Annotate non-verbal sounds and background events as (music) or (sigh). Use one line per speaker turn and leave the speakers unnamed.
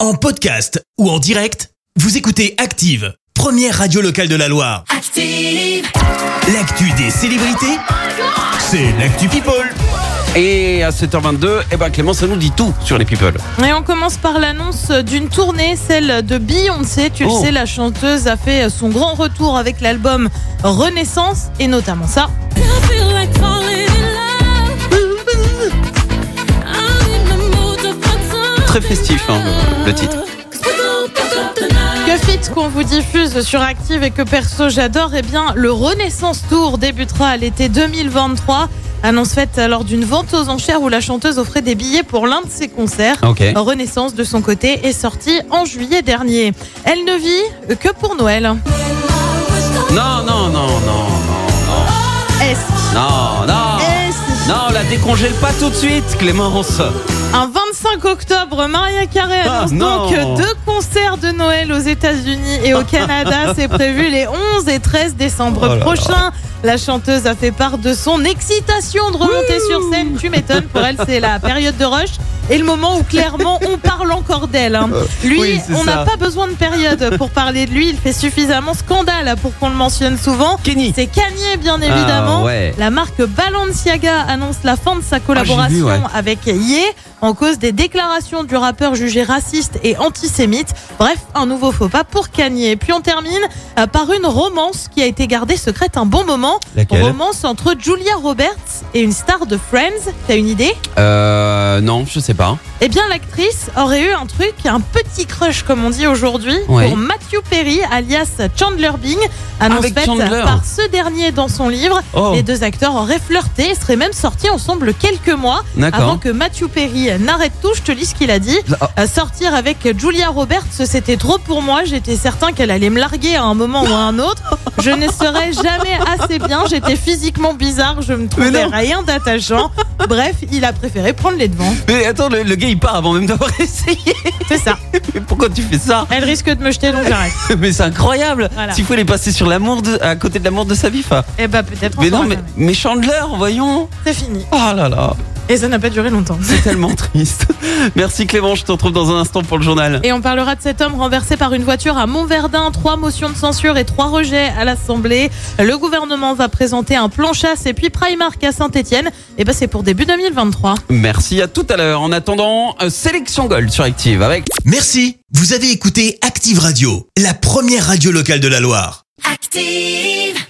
En podcast ou en direct, vous écoutez Active, première radio locale de la Loire.
Active,
L'actu des célébrités, c'est l'actu People.
Et à 7h22, eh ben Clément, ça nous dit tout sur les people.
Et on commence par l'annonce d'une tournée, celle de Beyoncé. Tu
Oh.
le sais, la chanteuse a fait son grand retour avec l'album Renaissance et notamment ça.
I feel like falling in love. I'm in the mood to put some
Très festif, hein, le- le titre.
'cause we gon' fuck up the night.
Que fit qu'on vous diffuse sur Active et que perso j'adore, eh bien le Renaissance Tour débutera à l'été 2023. Annonce faite lors d'une vente aux enchères où la chanteuse offrait des billets pour l'un de ses concerts.
Ok.
Renaissance de son côté est sortie en juillet dernier. Elle ne vit que pour Noël.
Non, non, non, non, non,
Est-ce
non, non, non.
est-ce
Non, la décongèle pas tout de suite, Clémence.
Un 25 octobre, Maria Carey
Ah,
annonce
non.
donc deux concerts de Noël aux États-Unis
(laughs)
et au Canada. C'est prévu les 11 et 13 décembre
Oh là là.
prochains. La chanteuse a fait part de son excitation de remonter sur scène. Tu m'étonnes, pour elle, c'est la période de rush. Et le moment où clairement on parle encore d'elle. hein. Lui,
Euh, oui, c'est
on
ça.
n'a pas besoin de période pour parler de lui. Il fait suffisamment scandale pour qu'on le mentionne souvent.
Kenny.
C'est Kanye, bien évidemment.
Ah, ouais.
La marque Balenciaga annonce la fin de sa collaboration
Ah, vu, ouais.
avec Ye en cause des déclarations du rappeur jugé raciste et antisémite. Bref, un nouveau faux pas pour Kanye. Puis on termine euh, par une romance qui a été gardée secrète un bon moment.
Laquelle
Romance entre Julia Roberts et une star de Friends. T'as une idée
Euh, non, je sais pas.
Eh bien, l'actrice aurait eu un truc, un petit crush comme on dit aujourd'hui,
Ouais.
pour Matthew Perry, alias Chandler Bing, annonce
Avec
faite
Chandler.
par ce dernier dans son livre.
Oh,
Les deux acteurs auraient flirté et seraient même sortis ensemble quelques mois avant
d'accord.
que Matthew Perry n'arrête tout. Je te lis ce qu'il a dit.
Ah,
Euh, Sortir avec Julia Roberts, c'était trop pour moi. J'étais certain qu'elle allait me larguer à un moment ou à un autre. Je ne serais jamais assez bien. J'étais physiquement bizarre. Je ne trouvais
non.
rien d'attachant. Bref, il a préféré prendre les devants.
Mais attends, le, le gars il part avant même d'avoir (laughs) essayé.
C'est ça.
Mais pourquoi tu fais ça (laughs)
Elle risque de me jeter, donc j'arrête.
Mais c'est incroyable.
Voilà.
S'il faut les passer sur l'amour de- à côté de l'amour de sa vie, fa.
Eh bah, peut-être. on
Mais non,
saura
mais,
jamais.
mais Chandler, voyons.
C'est fini.
Oh là là,
Et ça n'a pas duré longtemps.
c'est tellement triste. Merci Clément, je te retrouve dans un instant pour le journal.
Et on parlera de cet homme renversé par une voiture à Montverdun. Trois motions de censure et trois rejets à l'Assemblée. Le gouvernement va présenter un plan chasse et puis Primark à Saint-Etienne. Et ben c'est pour début 2023.
Merci, à tout à l'heure. En attendant, euh, sélection Gold sur Active avec
Merci, vous avez écouté Active Radio, la première radio locale de la Loire.
Active.